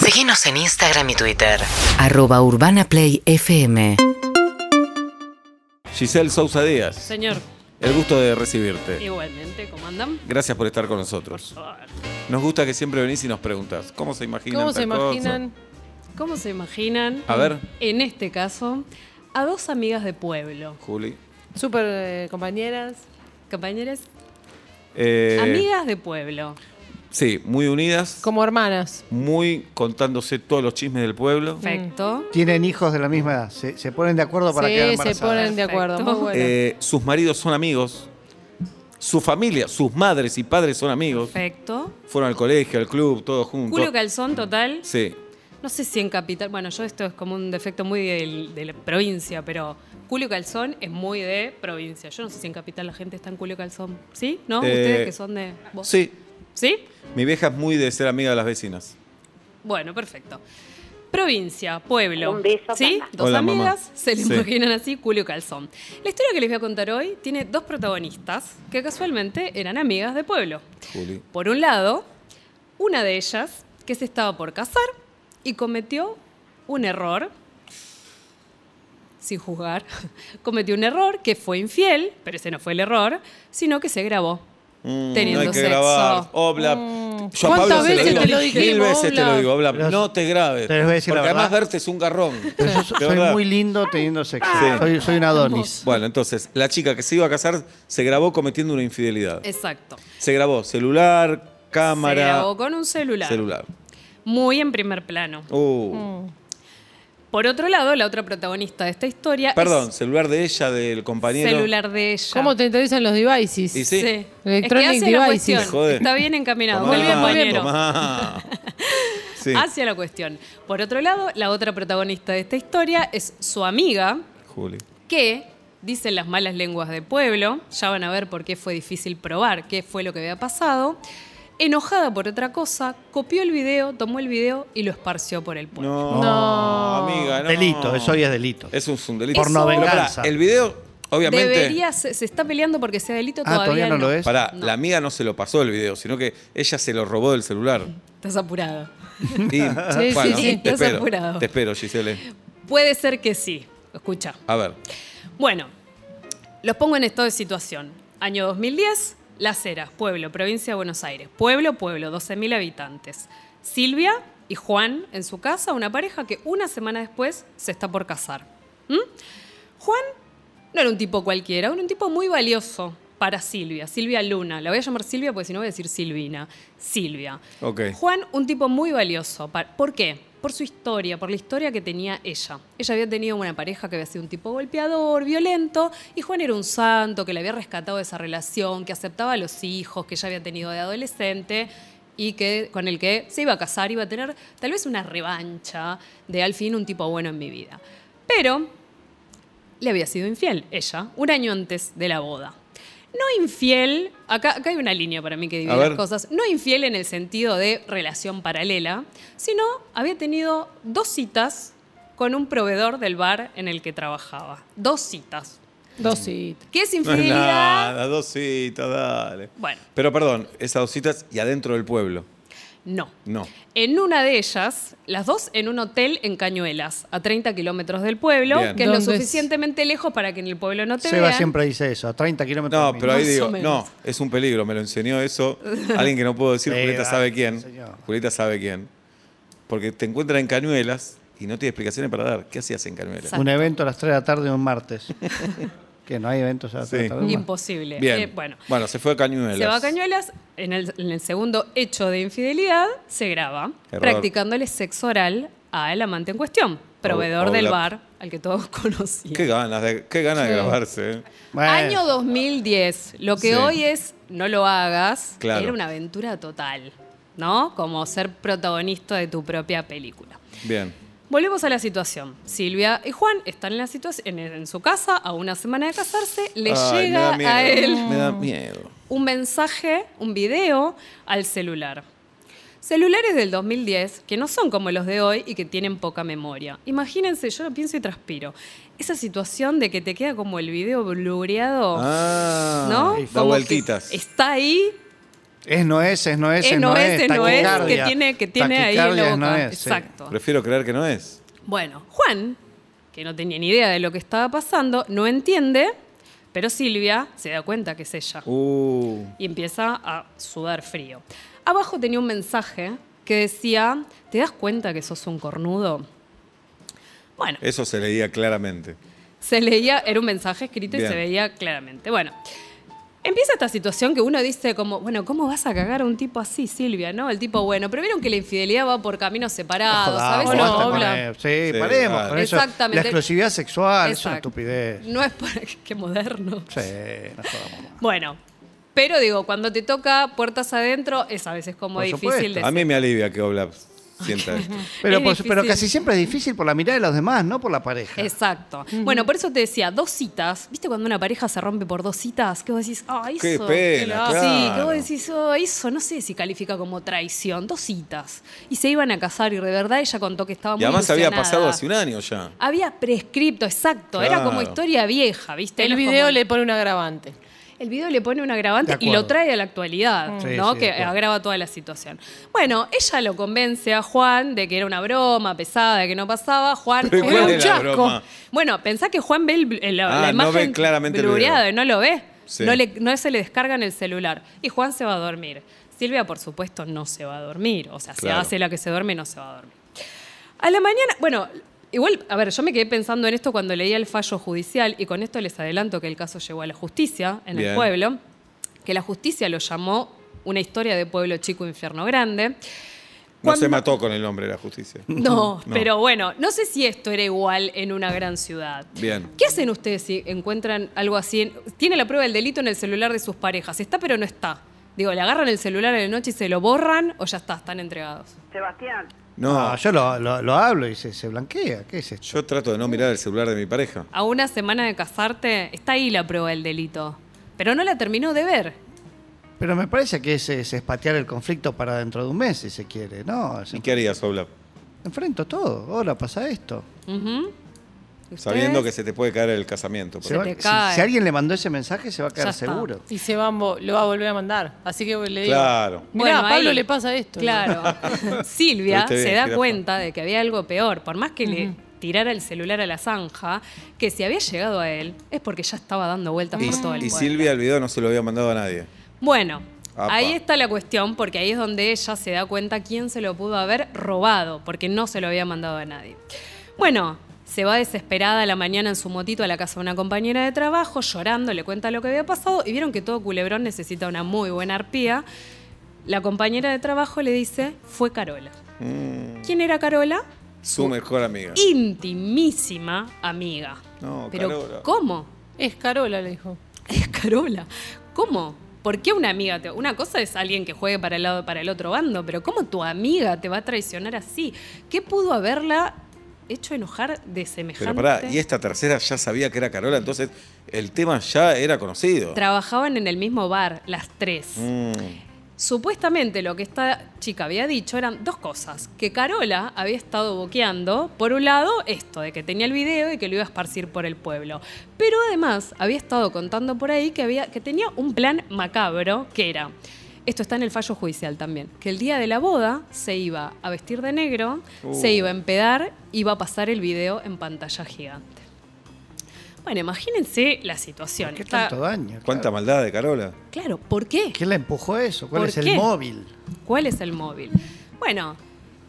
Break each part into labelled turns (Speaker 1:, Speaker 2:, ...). Speaker 1: Seguinos en Instagram y Twitter.
Speaker 2: arroba urbanaplayfm
Speaker 3: Giselle Sousa Díaz,
Speaker 4: Señor,
Speaker 3: el gusto de recibirte.
Speaker 4: igualmente, ¿cómo andan?
Speaker 3: Gracias por estar con nosotros. Nos gusta que siempre venís y nos preguntas, ¿cómo se imaginan?
Speaker 4: ¿Cómo se
Speaker 3: tal cosa?
Speaker 4: imaginan? ¿Cómo se imaginan?
Speaker 3: A ver.
Speaker 4: En este caso, a dos amigas de pueblo.
Speaker 3: Juli.
Speaker 5: Súper eh, compañeras.
Speaker 4: Compañeras,
Speaker 3: Eh,
Speaker 4: amigas de pueblo.
Speaker 3: Sí, muy unidas,
Speaker 5: Como hermanas.
Speaker 3: muy contándose todos los chismes del pueblo.
Speaker 4: Perfecto.
Speaker 6: Tienen hijos de la misma edad. Se, se ponen de acuerdo para quedar
Speaker 5: sí, se
Speaker 6: embarazadas.
Speaker 5: ponen de acuerdo.
Speaker 4: Perfecto.
Speaker 5: Muy bueno.
Speaker 3: Eh, sus maridos son amigos. Su familia, sus madres y padres son amigos.
Speaker 4: Perfecto.
Speaker 3: Fueron al colegio, al club, todos juntos.
Speaker 4: Julio Calzón, total.
Speaker 3: Sí.
Speaker 4: No sé si en Capital. Bueno, yo esto es como un defecto muy del- de la provincia, pero Julio Calzón es muy de provincia. Yo no sé si en Capital la gente está en Julio Calzón. ¿Sí? ¿No?
Speaker 3: Eh,
Speaker 4: Ustedes que son de. ¿Vos?
Speaker 3: Sí.
Speaker 4: ¿Sí?
Speaker 3: Mi vieja es muy de ser amiga de las vecinas.
Speaker 4: Bueno, perfecto. Provincia, pueblo.
Speaker 7: Un beso,
Speaker 4: ¿Sí?
Speaker 7: papá.
Speaker 4: Dos
Speaker 3: Hola, mamá.
Speaker 4: amigas se le
Speaker 3: Sí.
Speaker 4: imaginan así, Julio Calzón. La historia que les voy a contar hoy tiene dos protagonistas que casualmente eran amigas de pueblo.
Speaker 3: Juli.
Speaker 4: Por un lado, una de ellas que se estaba por casar y cometió un error, sin juzgar, cometió un error que fue infiel, pero ese no fue el error, sino que se grabó.
Speaker 3: Mm,
Speaker 4: Teniendo
Speaker 3: hay que
Speaker 4: sexo. Mm.
Speaker 3: grabar. Obla. Yo a
Speaker 5: ¿Cuántas
Speaker 3: Pablo se
Speaker 5: veces
Speaker 3: lo
Speaker 5: te
Speaker 3: digo.
Speaker 5: lo dijimos,
Speaker 3: Mil veces te lo
Speaker 5: Obla?
Speaker 3: digo, Obla.
Speaker 6: Pero-
Speaker 3: No te grabes.
Speaker 6: Te les voy a decir la
Speaker 3: porque además
Speaker 6: verdad.
Speaker 3: verte es un garrón.
Speaker 6: Pero yo
Speaker 3: De
Speaker 6: so- soy
Speaker 3: verdad.
Speaker 6: muy lindo teniendo sexo.
Speaker 4: Ah.
Speaker 3: Sí.
Speaker 6: Soy, soy un Adonis.
Speaker 3: Bueno, entonces, la chica que se iba a casar se grabó cometiendo una infidelidad.
Speaker 4: Exacto.
Speaker 3: Se grabó celular, cámara.
Speaker 4: Eh. Se grabó con un celular. Mm.
Speaker 3: celular.
Speaker 4: Muy en primer plano.
Speaker 3: Uh,
Speaker 4: Por otro lado, la otra protagonista de esta historia
Speaker 3: Perdón,
Speaker 4: es
Speaker 3: celular de ella, del compañero.
Speaker 4: celular de ella.
Speaker 5: ¿Cómo te interesan los devices?
Speaker 3: Y sí.
Speaker 4: Sí.
Speaker 5: Electronic
Speaker 4: es que hacia
Speaker 5: devices.
Speaker 4: la cuestión.
Speaker 3: Me jode.
Speaker 4: Está bien encaminado.
Speaker 3: Tomá,
Speaker 4: Vuelve a
Speaker 5: muy bien,
Speaker 4: compañero. Ah,
Speaker 3: tomá. Sí.
Speaker 4: Hacia la cuestión. Por otro lado, la otra protagonista de esta historia es su amiga,
Speaker 3: Juli.
Speaker 4: que, dicen las malas lenguas de pueblo, ya van a ver por qué fue difícil probar qué fue lo que había pasado, enojada por otra cosa, copió el video, tomó el video y lo esparció por el pueblo.
Speaker 3: No,
Speaker 5: No.
Speaker 3: amiga, no.
Speaker 6: Delito, eso hoy es delito.
Speaker 3: Eso es un delito.
Speaker 4: Por no
Speaker 3: Pero pará,
Speaker 6: venganza.
Speaker 3: el video, obviamente.
Speaker 4: Debería, se, se está peleando porque sea delito
Speaker 6: Ah,
Speaker 4: todavía,
Speaker 6: todavía no lo es.
Speaker 3: Pará,
Speaker 4: No.
Speaker 3: la amiga no se lo pasó el video, sino que ella se lo robó del celular.
Speaker 4: Estás apurado.
Speaker 3: Y,
Speaker 5: sí,
Speaker 3: bueno,
Speaker 4: sí,
Speaker 3: te
Speaker 4: estás
Speaker 3: espero.
Speaker 4: apurado.
Speaker 3: Te espero, Gisele.
Speaker 4: Puede ser que sí. Escucha.
Speaker 3: A ver.
Speaker 4: Bueno, los pongo en estado de situación. Año 2010, Las Heras, pueblo, provincia de Buenos Aires. Pueblo, pueblo, 12.000 habitantes. Silvia y Juan en su casa, una pareja que una semana después se está por casar. ¿Mm? Juan no era un tipo cualquiera, era un tipo muy valioso para Silvia, Silvia Luna. La voy a llamar Silvia porque si no voy a decir Silvina. Silvia.
Speaker 3: Ok.
Speaker 4: Juan, un tipo muy valioso. Pa- ¿Por qué? Por su historia, por la historia que tenía ella. Ella había tenido una pareja que había sido un tipo golpeador, violento, y Juan era un santo que le había rescatado de esa relación, que aceptaba a los hijos que ella había tenido de adolescente y que con el que se iba a casar, iba a tener tal vez una revancha de al fin un tipo bueno en mi vida. Pero le había sido infiel ella, un año antes de la boda. No infiel, acá, acá hay una línea para mí que divide
Speaker 3: A ver.
Speaker 4: las cosas, no infiel en el sentido de relación paralela, sino había tenido dos citas con un proveedor del bar en el que trabajaba. Dos citas.
Speaker 5: Dos y...
Speaker 4: ¿Qué es
Speaker 3: No es
Speaker 4: infidelidad?
Speaker 3: nada, dos citas, dale.
Speaker 4: Bueno,
Speaker 3: Pero perdón, esas dos citas y adentro del pueblo.
Speaker 4: no.
Speaker 3: No.
Speaker 4: En una de ellas, las dos en un hotel en Cañuelas, a 30 kilómetros del pueblo,
Speaker 3: Bien.
Speaker 4: que es lo
Speaker 5: ¿Dónde es?
Speaker 4: suficientemente lejos para que en el pueblo no te
Speaker 6: Seba
Speaker 4: vean.
Speaker 6: siempre dice eso, a 30 kilómetros.
Speaker 3: No,
Speaker 6: por
Speaker 3: pero ahí
Speaker 4: Más
Speaker 3: digo,
Speaker 4: o
Speaker 3: no,
Speaker 4: menos.
Speaker 3: es un peligro, me lo enseñó eso. Alguien que no puedo decir,
Speaker 6: Sí,
Speaker 3: Julieta
Speaker 6: dale,
Speaker 3: sabe quién.
Speaker 6: señor.
Speaker 3: Julieta sabe quién. Porque te encuentran en cañuelas y no tiene explicaciones para dar. ¿Qué hacías en cañuelas?
Speaker 4: Exacto.
Speaker 6: Un evento a las 3 de la tarde un martes. que no hay eventos a las 3 de
Speaker 3: Sí.
Speaker 6: la tarde. un martes.
Speaker 4: Imposible.
Speaker 3: Bien.
Speaker 4: Eh, bueno,
Speaker 3: se fue a cañuelas.
Speaker 4: Se va a Cañuelas, en el, en el segundo hecho de infidelidad, se graba
Speaker 3: Error.
Speaker 4: practicándole sexo oral al amante en cuestión, proveedor
Speaker 3: o
Speaker 4: del
Speaker 3: la-
Speaker 4: bar al que todos conocían.
Speaker 3: Qué ganas, de, qué ganas de grabarse. eh.
Speaker 6: Bueno,
Speaker 4: Año 2010, lo que
Speaker 3: Sí.
Speaker 4: hoy es no lo hagas,
Speaker 3: Claro.
Speaker 4: era una aventura total, ¿no? Como ser protagonista de tu propia película.
Speaker 3: Bien.
Speaker 4: Volvemos a la situación. Silvia y Juan están en, la situa- en, en su casa a una semana de casarse, le
Speaker 3: Ay, me
Speaker 4: llega
Speaker 3: da miedo,
Speaker 4: a él
Speaker 3: Me da miedo.
Speaker 4: un mensaje, un video al celular. Celulares del 2010 que no son como los de hoy y que tienen poca memoria. Imagínense, yo lo pienso y transpiro. Esa situación de que te queda como el video blureado,
Speaker 3: Ah,
Speaker 4: Oh. ¿no?
Speaker 3: Da
Speaker 4: Como que
Speaker 3: vueltitas.
Speaker 4: Está ahí
Speaker 6: Es no es, es no es,
Speaker 4: Es, no es, es, no es, que
Speaker 6: taquicardia.
Speaker 4: tiene, que tiene ahí en
Speaker 6: Taquicardia
Speaker 4: la
Speaker 6: es no
Speaker 4: boca.
Speaker 6: es, sí.
Speaker 4: Exacto.
Speaker 3: Prefiero creer que no es.
Speaker 4: Bueno, Juan, que no tenía ni idea de lo que estaba pasando, no entiende, pero Silvia se da cuenta que es ella
Speaker 3: Uh,
Speaker 4: y empieza a sudar frío. Abajo tenía un mensaje que decía, ¿te das cuenta que sos un cornudo? Bueno,
Speaker 6: Eh.
Speaker 3: eso se leía claramente.
Speaker 4: se leía, era un mensaje escrito y
Speaker 3: Bien.
Speaker 4: se veía claramente. Bueno, empieza esta situación que uno dice como, bueno, ¿cómo vas a cagar a un tipo así, Silvia? ¿No? El tipo, bueno, pero vieron que la infidelidad va por caminos separados, Ah, ¿sabes?
Speaker 6: Jodamos,
Speaker 5: no,
Speaker 6: basta con
Speaker 4: habla-
Speaker 6: eso. Sí,
Speaker 3: Sí,
Speaker 6: paremos
Speaker 3: claro.
Speaker 6: con eso.
Speaker 4: Exactamente.
Speaker 6: La exclusividad sexual es una
Speaker 4: Exacto.
Speaker 6: estupidez.
Speaker 4: No es para qué moderno.
Speaker 6: Sí, no jodamos más.
Speaker 4: Bueno, pero digo, cuando te toca puertas adentro, es a veces como
Speaker 6: Por
Speaker 4: difícil
Speaker 6: supuesto.
Speaker 4: de
Speaker 3: A mí me alivia que Oblap sienta esto.
Speaker 6: Pero,
Speaker 4: Es
Speaker 6: por- pero
Speaker 4: difícil.
Speaker 6: casi siempre es difícil por la mirada de los demás, no por la pareja.
Speaker 4: Exacto. Bueno, por eso te decía, dos citas. ¿Viste cuando una pareja se rompe por dos citas? Que vos decís, ah, eso.
Speaker 3: Qué pena,
Speaker 4: la-
Speaker 3: claro.
Speaker 4: Sí, que vos decís, "Ah, eso, no sé si califica como traición. Dos citas. Y se iban a casar y de verdad ella contó que estaba muy
Speaker 3: Y además había
Speaker 4: ilusionada.
Speaker 3: pasado hace un año ya.
Speaker 4: Había prescripto, exacto. Era como
Speaker 3: Claro.
Speaker 4: historia vieja, ¿viste?
Speaker 7: El
Speaker 4: Era
Speaker 7: video
Speaker 4: como-
Speaker 7: le pone un agravante.
Speaker 4: El video le pone un agravante
Speaker 6: De
Speaker 4: y lo
Speaker 6: acuerdo.
Speaker 4: trae a la actualidad,
Speaker 6: Sí,
Speaker 4: ¿no?
Speaker 6: sí, de
Speaker 4: que
Speaker 6: acuerdo.
Speaker 4: agrava toda la situación. Bueno, ella lo convence a Juan de que era una broma pesada, de que no pasaba. Juan
Speaker 3: Pero
Speaker 4: era
Speaker 3: ¿cuál
Speaker 4: un
Speaker 3: era la broma?
Speaker 4: Bueno, pensá que Juan ve el bl- el- la,
Speaker 3: Ah, no
Speaker 4: imagen
Speaker 3: ve claramente el
Speaker 4: blureada
Speaker 3: video.
Speaker 4: y no lo ve.
Speaker 3: Sí.
Speaker 4: No, le- no se le descarga en el celular. Y Juan se va a dormir. Silvia, por supuesto, no se va a dormir. O sea,
Speaker 3: Claro.
Speaker 4: se hace la que se duerme y no se va a dormir. A la mañana, bueno, igual, a ver, yo me quedé pensando en esto cuando leía el fallo judicial y con esto les adelanto que el caso llegó a la justicia en el
Speaker 3: Bien.
Speaker 4: pueblo, que la justicia lo llamó una historia de pueblo chico infierno grande.
Speaker 3: No se
Speaker 4: Cuando-
Speaker 3: mató con el nombre de la justicia.
Speaker 4: No,
Speaker 3: No.
Speaker 4: pero bueno, no sé si esto era igual en una gran ciudad.
Speaker 3: Bien.
Speaker 4: ¿Qué hacen ustedes si encuentran algo así? en- Tiene la prueba del delito en el celular de sus parejas. Está pero no está. Digo, le agarran el celular en la noche y se lo borran o ya está, están entregados.
Speaker 3: No,
Speaker 6: No, Ah, yo lo, lo- lo hablo y se, se blanquea. ¿Qué es esto?
Speaker 3: Ah. yo trato de no mirar el celular de mi pareja.
Speaker 4: A una semana de casarte, está ahí la prueba del delito. Pero no la terminó de ver.
Speaker 6: Pero me parece que es, es espatear el conflicto para dentro de un mes, si se quiere, ¿no? Es-
Speaker 3: ¿Y qué harías, Oblap?
Speaker 6: Enfrento todo. Ahora pasa esto.
Speaker 4: Ujú.
Speaker 3: Sabiendo
Speaker 4: ¿Ustedes?
Speaker 3: que se te puede caer el casamiento. por
Speaker 6: Se va-
Speaker 4: te
Speaker 6: si,
Speaker 4: cae.
Speaker 6: si alguien le mandó ese mensaje, se va a quedar
Speaker 4: Ya está.
Speaker 6: seguro.
Speaker 7: Y se va, a vo- lo va a volver a mandar. Así que le digo.
Speaker 3: Claro.
Speaker 7: Mirá,
Speaker 4: Bueno,
Speaker 7: a Pablo
Speaker 4: ahí.
Speaker 7: le pasa esto.
Speaker 4: Claro. Silvia
Speaker 3: Estuviste
Speaker 4: se
Speaker 3: bien,
Speaker 4: da
Speaker 3: jirafa.
Speaker 4: cuenta de que había algo peor. Por más que le tirara el celular a la zanja, que si había llegado a él es porque ya estaba dando vueltas
Speaker 3: Y,
Speaker 4: por todo el
Speaker 3: y
Speaker 4: pueblo.
Speaker 3: Silvia el video no se lo había mandado a nadie.
Speaker 4: Bueno,
Speaker 3: Apa.
Speaker 4: ahí está la cuestión, porque ahí es donde ella se da cuenta quién se lo pudo haber robado, porque no se lo había mandado a nadie. Bueno, se va desesperada a la mañana en su motito a la casa de una compañera de trabajo, llorando, le cuenta lo que había pasado y vieron que todo culebrón necesita una muy buena arpía. La compañera de trabajo le dice, fue Carola. ¿Quién era Carola?
Speaker 3: Mm, Su mejor amiga.
Speaker 4: Intimísima amiga.
Speaker 3: Eh. No, ah.
Speaker 4: Pero
Speaker 3: Carola.
Speaker 4: ¿cómo?
Speaker 7: Es Carola, le dijo.
Speaker 4: Es Carola. ¿Cómo? ¿Por qué una amiga te.? Una cosa es alguien que juegue para el lado para el otro bando, pero ¿cómo tu amiga te va a traicionar así? ¿Qué pudo haberla hecho enojar de semejante?
Speaker 3: Pero pará, y esta tercera ya sabía que era Carola, entonces el tema ya era conocido.
Speaker 4: Trabajaban en el mismo bar, las tres.
Speaker 3: Mm.
Speaker 4: Supuestamente lo que esta chica había dicho eran dos cosas. Que Carola había estado boqueando, por un lado, esto de que tenía el video y que lo iba a esparcir por el pueblo. Pero además había estado contando por ahí que, había, que tenía un plan macabro que era, esto está en el fallo judicial también, que el día de la boda se iba a vestir de negro,
Speaker 3: Uh.
Speaker 4: se iba a empedar, iba a pasar el video en pantalla gigante. Bueno, imagínense la situación.
Speaker 6: ¿Qué
Speaker 4: Está-
Speaker 6: tanto daño?
Speaker 3: ¿Cuánta
Speaker 6: Claro.
Speaker 3: maldad de Carola?
Speaker 4: Claro, ¿por qué?
Speaker 6: ¿Quién la empujó a eso? ¿Cuál
Speaker 4: ¿Por
Speaker 6: es
Speaker 4: qué?
Speaker 6: el móvil?
Speaker 4: ¿Cuál es el móvil? Bueno,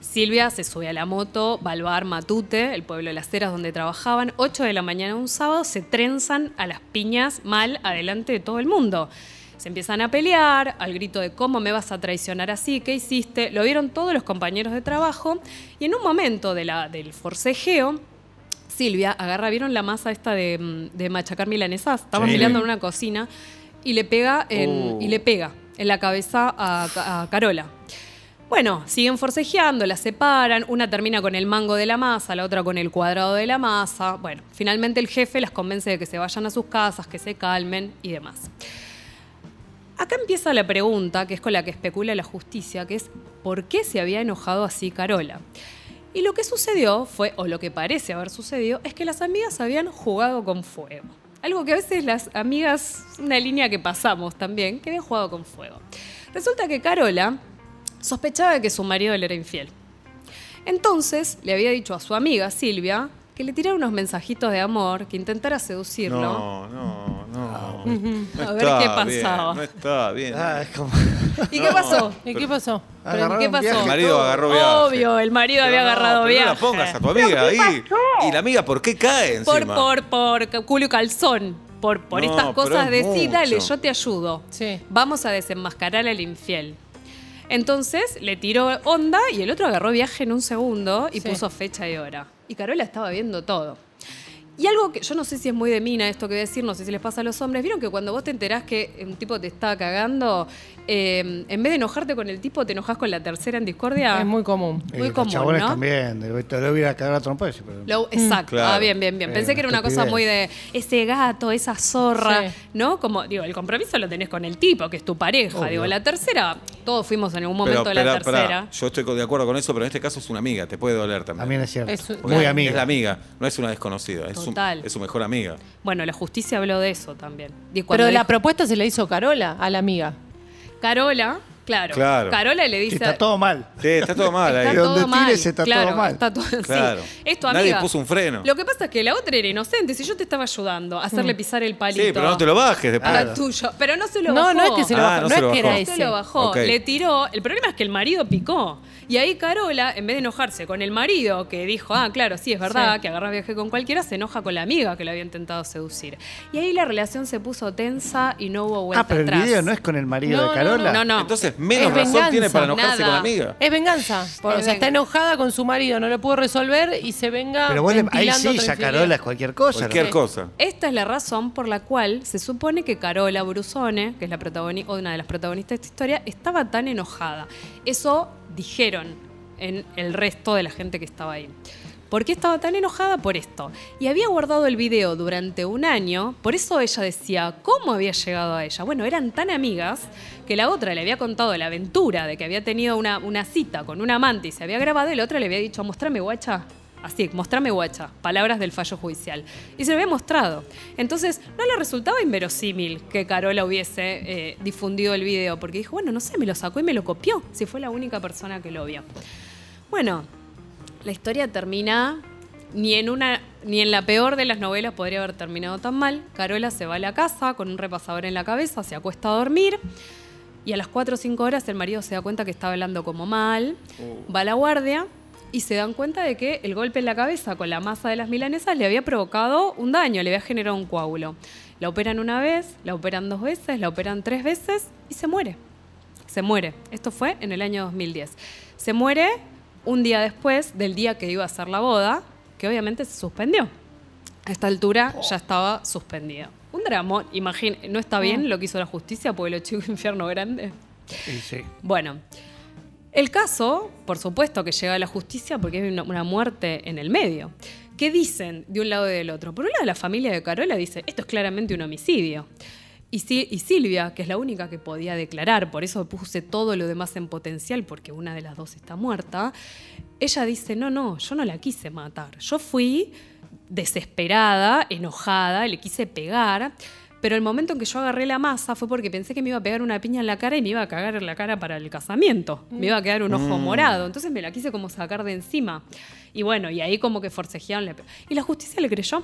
Speaker 4: Silvia se sube a la moto, va al bar Matute, el pueblo de las Heras donde trabajaban. 8 de la mañana un sábado se trenzan a las piñas mal adelante de todo el mundo. Se empiezan a pelear al grito de cómo me vas a traicionar así, qué hiciste. Lo vieron todos los compañeros de trabajo y en un momento de la- del forcejeo, Silvia agarra, ¿vieron la masa esta de, mm, de machacar milanesas? Estaban
Speaker 6: Sí.
Speaker 4: mirando en una cocina y le pega en,
Speaker 3: Oh.
Speaker 4: y le pega en la cabeza a, Ca- a Carola. Bueno, siguen forcejeando, la separan, una termina con el mango de la masa, la otra con el cuadrado de la masa. Bueno, finalmente el jefe las convence de que se vayan a sus casas, que se calmen y demás. Acá empieza la pregunta, que es con la que especula la justicia, que es ¿por qué se había enojado así Carola? Y lo que sucedió fue, o lo que parece haber sucedido, es que las amigas habían jugado con fuego. Algo que a veces las amigas, una línea que pasamos también, que habían jugado con fuego. Resulta que Carola sospechaba de que su marido le era infiel. Entonces le había dicho a su amiga Silvia que le tirara unos mensajitos de amor, que intentara seducirlo.
Speaker 3: No, no, no. No
Speaker 4: A ver
Speaker 3: está
Speaker 4: qué
Speaker 3: bien,
Speaker 4: pasaba.
Speaker 3: no está bien.
Speaker 6: Ah, es como-
Speaker 4: ¿Y qué pasó?
Speaker 7: Oh. ¿Y qué pasó?
Speaker 6: agarraron
Speaker 4: qué
Speaker 6: un
Speaker 4: pasó?
Speaker 3: El
Speaker 6: viaje
Speaker 3: marido
Speaker 6: todo.
Speaker 3: agarró viaje.
Speaker 4: Obvio, el marido había
Speaker 3: Pero no,
Speaker 4: agarrado
Speaker 3: pero
Speaker 4: viaje.
Speaker 3: No la pongas a tu amiga ahí. ¿Y la amiga por qué cae encima?
Speaker 4: por, por, por culo y calzón. Por, por
Speaker 3: No,
Speaker 4: estas
Speaker 3: pero
Speaker 4: cosas
Speaker 3: es
Speaker 4: de sí, dale,
Speaker 3: mucho".
Speaker 4: yo te ayudo.
Speaker 7: Sí.
Speaker 4: Vamos a desenmascarar al infiel. Entonces le tiró onda y el otro agarró viaje en un segundo y
Speaker 7: Sí.
Speaker 4: puso fecha y hora. Y Carola estaba viendo todo. Y algo que yo no sé si es muy de mina esto que voy a decir, no sé si les pasa a los hombres. ¿Vieron que cuando vos te enterás que un tipo te está cagando, eh, en vez de enojarte con el tipo, te enojás con la tercera en discordia?
Speaker 7: Es muy común.
Speaker 6: Y
Speaker 4: Muy
Speaker 6: los
Speaker 4: común,
Speaker 6: chabones
Speaker 4: ¿no?
Speaker 6: también. de- Te lo voy a ir a cagar a trompa. sí, pero-
Speaker 7: Mm.
Speaker 4: Lo- exacto.
Speaker 3: claro.
Speaker 4: Ah, bien, bien, bien.
Speaker 6: Eh,
Speaker 4: Pensé que era una cosa
Speaker 6: estupidez.
Speaker 4: muy de ese gato, esa zorra,
Speaker 7: Sí.
Speaker 4: ¿no? Como, digo, el compromiso lo tenés con el tipo, que es tu pareja. Digo, la tercera, todos fuimos en algún momento
Speaker 3: Pero,
Speaker 4: de la
Speaker 3: pará, pará.
Speaker 4: tercera.
Speaker 3: Yo estoy co- de acuerdo con eso, pero en este caso es una amiga, te puede doler también.
Speaker 6: También es cierto.
Speaker 7: Es un-
Speaker 6: Muy
Speaker 3: Porque
Speaker 6: amiga.
Speaker 3: Es la amiga, no es una desconocida, es, su-
Speaker 4: Total.
Speaker 3: es su mejor amiga.
Speaker 4: Bueno, la justicia habló de eso también. Y cuando
Speaker 7: Pero la
Speaker 4: dijo-
Speaker 7: propuesta se la hizo Carola a la amiga.
Speaker 4: Carola, claro,
Speaker 3: Claro.
Speaker 4: Carola le dice...
Speaker 6: Que está todo mal.
Speaker 3: Sí, está todo mal ahí.
Speaker 4: Está
Speaker 6: De
Speaker 4: todo
Speaker 6: donde
Speaker 4: mal,
Speaker 6: tires está todo
Speaker 4: claro,
Speaker 6: mal.
Speaker 4: está todo- sí.
Speaker 3: Claro.
Speaker 4: Es tu
Speaker 3: Nadie
Speaker 4: amiga.
Speaker 3: puso un freno.
Speaker 4: Lo que pasa es que la otra era inocente. Si yo te estaba ayudando a
Speaker 7: Mm.
Speaker 4: hacerle pisar el palito.
Speaker 3: Sí, pero no te lo bajes
Speaker 4: a
Speaker 3: después.
Speaker 4: la tuya. Pero no se lo
Speaker 7: No,
Speaker 4: bajó.
Speaker 7: no es que se lo
Speaker 3: Ah,
Speaker 7: bajó.
Speaker 3: no
Speaker 7: No,
Speaker 3: se lo
Speaker 7: es que era
Speaker 3: bajó.
Speaker 4: Se Este lo
Speaker 7: ese.
Speaker 4: bajó,
Speaker 3: Ok.
Speaker 4: le tiró. El problema es que el marido picó. Y ahí Carola, en vez de enojarse con el marido, que dijo, ah, claro, sí, es verdad,
Speaker 7: Sí.
Speaker 4: que agarras viaje con cualquiera, se enoja con la amiga que lo había intentado seducir. Y ahí la relación se puso tensa y no hubo vuelta
Speaker 6: Ah, pero el
Speaker 4: atrás.
Speaker 6: video no es con el marido
Speaker 7: No,
Speaker 6: de
Speaker 7: no,
Speaker 6: Carola.
Speaker 4: No, no.
Speaker 3: Entonces, menos
Speaker 7: Es
Speaker 3: razón
Speaker 7: venganza.
Speaker 3: tiene para enojarse
Speaker 4: Nada.
Speaker 3: con la amiga.
Speaker 7: Es venganza. Por-
Speaker 4: Es
Speaker 7: o sea, está
Speaker 4: venga-
Speaker 7: enojada con su marido, no lo pudo resolver y se venga.
Speaker 6: Pero vos le- ahí
Speaker 7: ventilando
Speaker 6: sí,
Speaker 7: otra
Speaker 6: ya
Speaker 7: infidelidad.
Speaker 6: Carola es cualquier cosa.
Speaker 3: Cualquier
Speaker 6: ¿no?
Speaker 3: cosa.
Speaker 4: Esta es la razón por la cual se supone que Carola Brusone, que es la protagoni- una de las protagonistas de esta historia, estaba tan enojada. Eso dijeron en el resto de la gente que estaba ahí. ¿Por qué estaba tan enojada por esto? Y había guardado el video durante un año, por eso ella decía, ¿cómo había llegado a ella? Bueno, eran tan amigas que la otra le había contado la aventura de que había tenido una, una cita con un amante y se había grabado, y la otra le había dicho, mostrame guacha, Así, mostrame guacha, palabras del fallo judicial. Y se lo había mostrado. Entonces, no le resultaba inverosímil que Carola hubiese eh, difundido el video, porque dijo, bueno, no sé, me lo sacó y me lo copió, si fue la única persona que lo vio. Bueno, la historia termina ni en una ni en la peor de las novelas podría haber terminado tan mal. Carola se va a la casa con un repasador en la cabeza, se acuesta a dormir. Y a las 4 o 5 horas el marido se da cuenta que está hablando como mal, va a la guardia y se dan cuenta de que el golpe en la cabeza con la masa de las milanesas le había provocado un daño, le había generado un coágulo. La operan una vez, la operan dos veces, la operan tres veces y se muere. Se muere. Esto fue en el año 2010. Se muere un día después del día que iba a ser la boda, que obviamente se suspendió. A esta altura ya estaba suspendida. Un dramón, imagín, no está bien lo que hizo la justicia, porque lo chico infierno grande.
Speaker 6: Y sí.
Speaker 4: Bueno, el caso, por supuesto que llega a la justicia porque hay una, una muerte en el medio. ¿Qué dicen de un lado y del otro? Por un lado, la familia de Carola dice, esto es claramente un homicidio. Y, Si- y Silvia, que es la única que podía declarar, por eso puse todo lo demás en potencial, porque una de las dos está muerta, ella dice, no, no, yo no la quise matar. Yo fui desesperada, enojada, le quise pegar, pero el momento en que yo agarré la masa fue porque pensé que me iba a pegar una piña en la cara y me iba a cagar en la cara para el casamiento. Me iba a quedar un ojo morado. Entonces me la quise como sacar de encima. Y bueno, y ahí como que forcejearon. la pe- Y la justicia le creyó.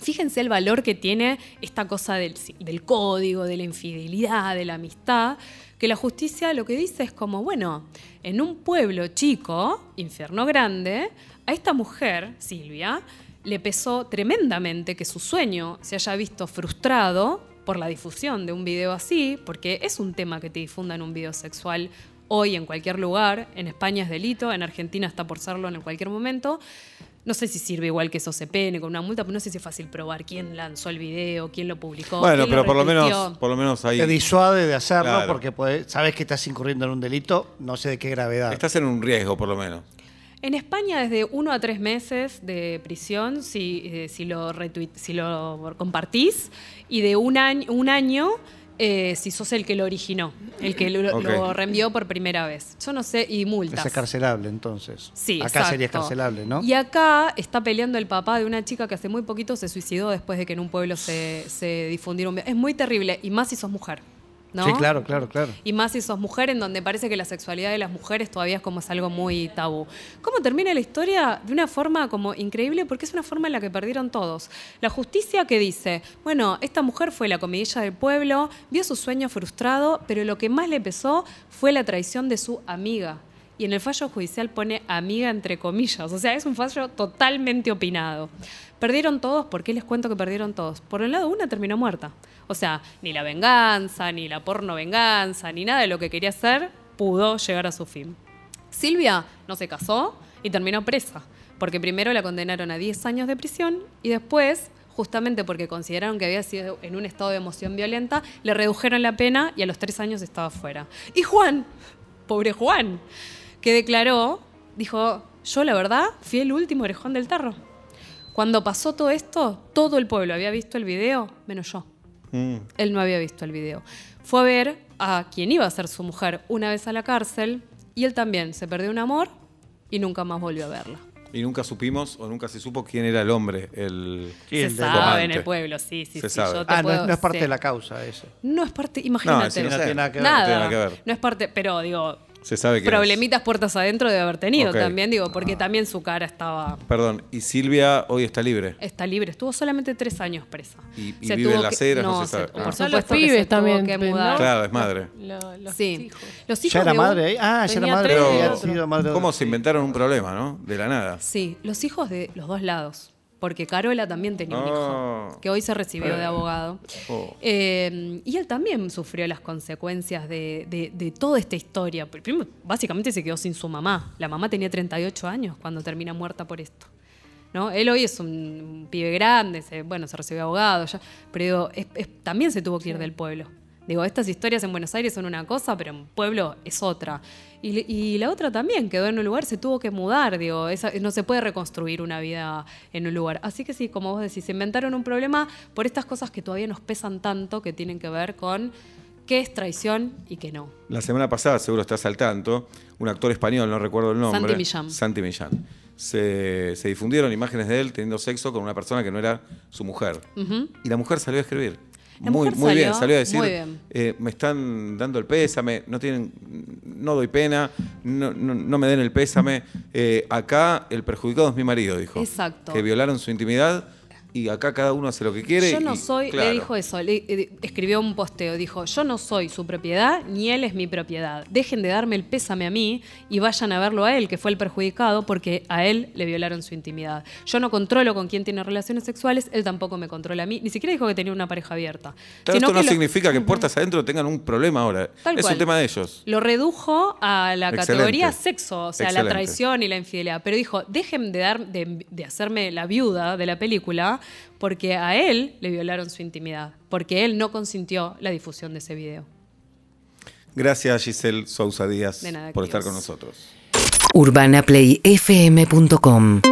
Speaker 4: Fíjense el valor que tiene esta cosa del, si- del código, de la infidelidad, de la amistad, que la justicia lo que dice es como, bueno, en un pueblo chico, infierno grande, a esta mujer, Silvia, le pesó tremendamente que su sueño se haya visto frustrado por la difusión de un video así, porque es un tema que te difundan un video sexual hoy en cualquier lugar, en España es delito, en Argentina está por serlo en cualquier momento. No sé si sirve igual que eso se pene con una multa, pero no sé si es fácil probar quién lanzó el video, quién lo publicó.
Speaker 3: Bueno,
Speaker 4: quién lo
Speaker 3: pero por lo
Speaker 4: retuiteó.
Speaker 3: menos, por lo menos ahí.
Speaker 6: Te disuade de hacerlo
Speaker 3: Claro.
Speaker 6: porque podés- sabes que estás incurriendo en un delito, no sé de qué gravedad.
Speaker 3: Estás en un riesgo, por lo menos.
Speaker 4: En España, desde uno a tres meses de prisión si, eh, si, lo, retuit- si lo compartís y de un año, un año eh, si sos el que lo originó, el que lo,
Speaker 3: Ok.
Speaker 4: lo reenvió por primera vez. Yo no sé, y multas.
Speaker 6: Es escarcelable, entonces.
Speaker 4: Sí,
Speaker 6: Acá
Speaker 4: exacto.
Speaker 6: sería escarcelable, ¿no?
Speaker 4: Y acá está peleando el papá de una chica que hace muy poquito se suicidó después de que en un pueblo se, se difundiera un video. Es muy terrible, y más si sos mujer. ¿no?
Speaker 6: Sí, claro, claro, claro.
Speaker 4: Y más si sos mujer, en donde parece que la sexualidad de las mujeres todavía es como es algo muy tabú. ¿Cómo termina la historia? De una forma como increíble, porque es una forma en la que perdieron todos. La justicia que dice, bueno, esta mujer fue la comidilla del pueblo, vio su sueño frustrado, pero lo que más le pesó fue la traición de su amiga. Y en el fallo judicial pone amiga entre comillas. O sea, es un fallo totalmente opinado. Perdieron todos, ¿por qué les cuento que perdieron todos? Por un lado, una terminó muerta. O sea, ni la venganza, ni la porno venganza, ni nada de lo que quería hacer pudo llegar a su fin. Silvia no se casó y terminó presa, porque primero la condenaron a 10 años de prisión y después, justamente porque consideraron que había sido en un estado de emoción violenta, le redujeron la pena y a los 3 años estaba fuera. Y Juan, pobre Juan, que declaró, dijo, yo la verdad fui el último orejón del tarro. Cuando pasó todo esto, todo el pueblo había visto el video, menos yo
Speaker 3: Mm.
Speaker 4: él no había visto el video. Fue a ver a quien iba a ser su mujer una vez a la cárcel y él también se perdió un amor y nunca más volvió a verla.
Speaker 3: Y nunca supimos o nunca se supo quién era el hombre, el.
Speaker 6: Sí,
Speaker 4: se
Speaker 6: el del
Speaker 4: sabe
Speaker 3: tomate.
Speaker 4: en el pueblo, sí, sí,
Speaker 3: Se
Speaker 4: sí.
Speaker 3: sabe.
Speaker 4: yo te
Speaker 6: Ah, no,
Speaker 4: puedo-
Speaker 6: es- no es parte
Speaker 4: sí.
Speaker 6: de la causa eso.
Speaker 4: No es parte, imagínate.
Speaker 3: sí, no
Speaker 6: No
Speaker 3: sé.
Speaker 6: tiene nada que ver.
Speaker 4: Nada.
Speaker 3: No tiene nada que ver.
Speaker 4: No es parte, pero digo,
Speaker 3: Se sabe que. es.
Speaker 4: problemitas puertas adentro debe haber tenido
Speaker 3: Ok. Ah.
Speaker 4: también, digo, porque también su cara estaba,
Speaker 3: Perdón, y Silvia hoy está libre.
Speaker 4: está libre. Estuvo solamente tres años presa.
Speaker 3: Y- y vive en
Speaker 4: tuvo
Speaker 3: las
Speaker 4: que-
Speaker 3: eras, no se sabe. Ah.
Speaker 4: Por
Speaker 7: Son
Speaker 4: supuesto
Speaker 7: los
Speaker 4: que se
Speaker 7: pibes
Speaker 4: tuvo
Speaker 7: también,
Speaker 4: que
Speaker 7: ¿no?
Speaker 4: mudar.
Speaker 3: Claro, es madre.
Speaker 7: Lo- los
Speaker 4: Sí.
Speaker 7: hijos.
Speaker 4: Los
Speaker 6: ¿Ya
Speaker 4: hijos
Speaker 6: era
Speaker 4: de un-
Speaker 6: madre ahí? Ah, ya era
Speaker 7: Tenía
Speaker 6: madre.
Speaker 7: tres
Speaker 6: había
Speaker 3: de
Speaker 6: sido madre de-
Speaker 3: ¿Cómo se inventaron un problema, no? De la nada.
Speaker 4: Sí, los hijos de los dos lados. Porque Carola también tenía un
Speaker 3: Ah.
Speaker 4: hijo, que hoy se recibió de abogado.
Speaker 3: Oh.
Speaker 4: Eh, y él también sufrió las consecuencias de, de- de toda esta historia. Primero, básicamente se quedó sin su mamá. La mamá tenía 38 años cuando termina muerta por esto. ¿no? Él hoy es un, un pibe grande, se- bueno, se recibió de abogado, ya, pero digo, es- es- también se tuvo que ir del pueblo. Digo, estas historias en Buenos Aires son una cosa, pero en pueblo es otra. Y, le- y la otra también quedó en un lugar, se tuvo que mudar, digo, esa- no se puede reconstruir una vida en un lugar. Así que sí, como vos decís, se inventaron un problema por estas cosas que todavía nos pesan tanto, que tienen que ver con qué es traición y qué no.
Speaker 3: La semana pasada, seguro estás al tanto, un actor español, no recuerdo el nombre.
Speaker 4: Santi Millán.
Speaker 3: Santi Millán. Se, se difundieron imágenes de él teniendo sexo con una persona que no era su mujer. Y la mujer salió a escribir.
Speaker 4: La
Speaker 3: muy
Speaker 4: mujer
Speaker 3: muy bien,
Speaker 4: salió,
Speaker 3: salió a decir,
Speaker 4: muy bien.
Speaker 3: eh, me están dando el pésame, no tienen, no doy pena, no, no- no me den el pésame. Eh, acá el perjudicado es mi marido, dijo.
Speaker 4: Exacto.
Speaker 3: Que violaron su intimidad y acá cada uno hace lo que quiere.
Speaker 4: Yo no
Speaker 3: y-
Speaker 4: soy,
Speaker 3: claro.
Speaker 4: le dijo eso, le- eh, escribió un posteo, dijo, yo no soy su propiedad, ni él es mi propiedad. Dejen de darme el pésame a mí y vayan a verlo a él, que fue el perjudicado, porque a él le violaron su intimidad. Yo no controlo con quién tiene relaciones sexuales, él tampoco me controla a mí. Ni siquiera dijo que tenía una pareja abierta.
Speaker 3: Claro,
Speaker 4: Sino
Speaker 3: esto no
Speaker 4: que lo-
Speaker 3: significa que puertas adentro tengan un problema ahora.
Speaker 4: Tal
Speaker 3: es
Speaker 4: cual.
Speaker 3: un tema de ellos.
Speaker 4: Lo redujo a la
Speaker 3: Excelente.
Speaker 4: categoría sexo, o sea,
Speaker 3: Excelente.
Speaker 4: la traición y la infidelidad. Pero dijo, dejen de, dar, de, de hacerme la viuda de la película porque a él le violaron su intimidad, porque él no consintió la difusión de ese video.
Speaker 3: Gracias Giselle Sousa Díaz
Speaker 4: De nada,
Speaker 3: por estar
Speaker 4: queridos.
Speaker 3: con nosotros.
Speaker 2: urbanaplayfm.com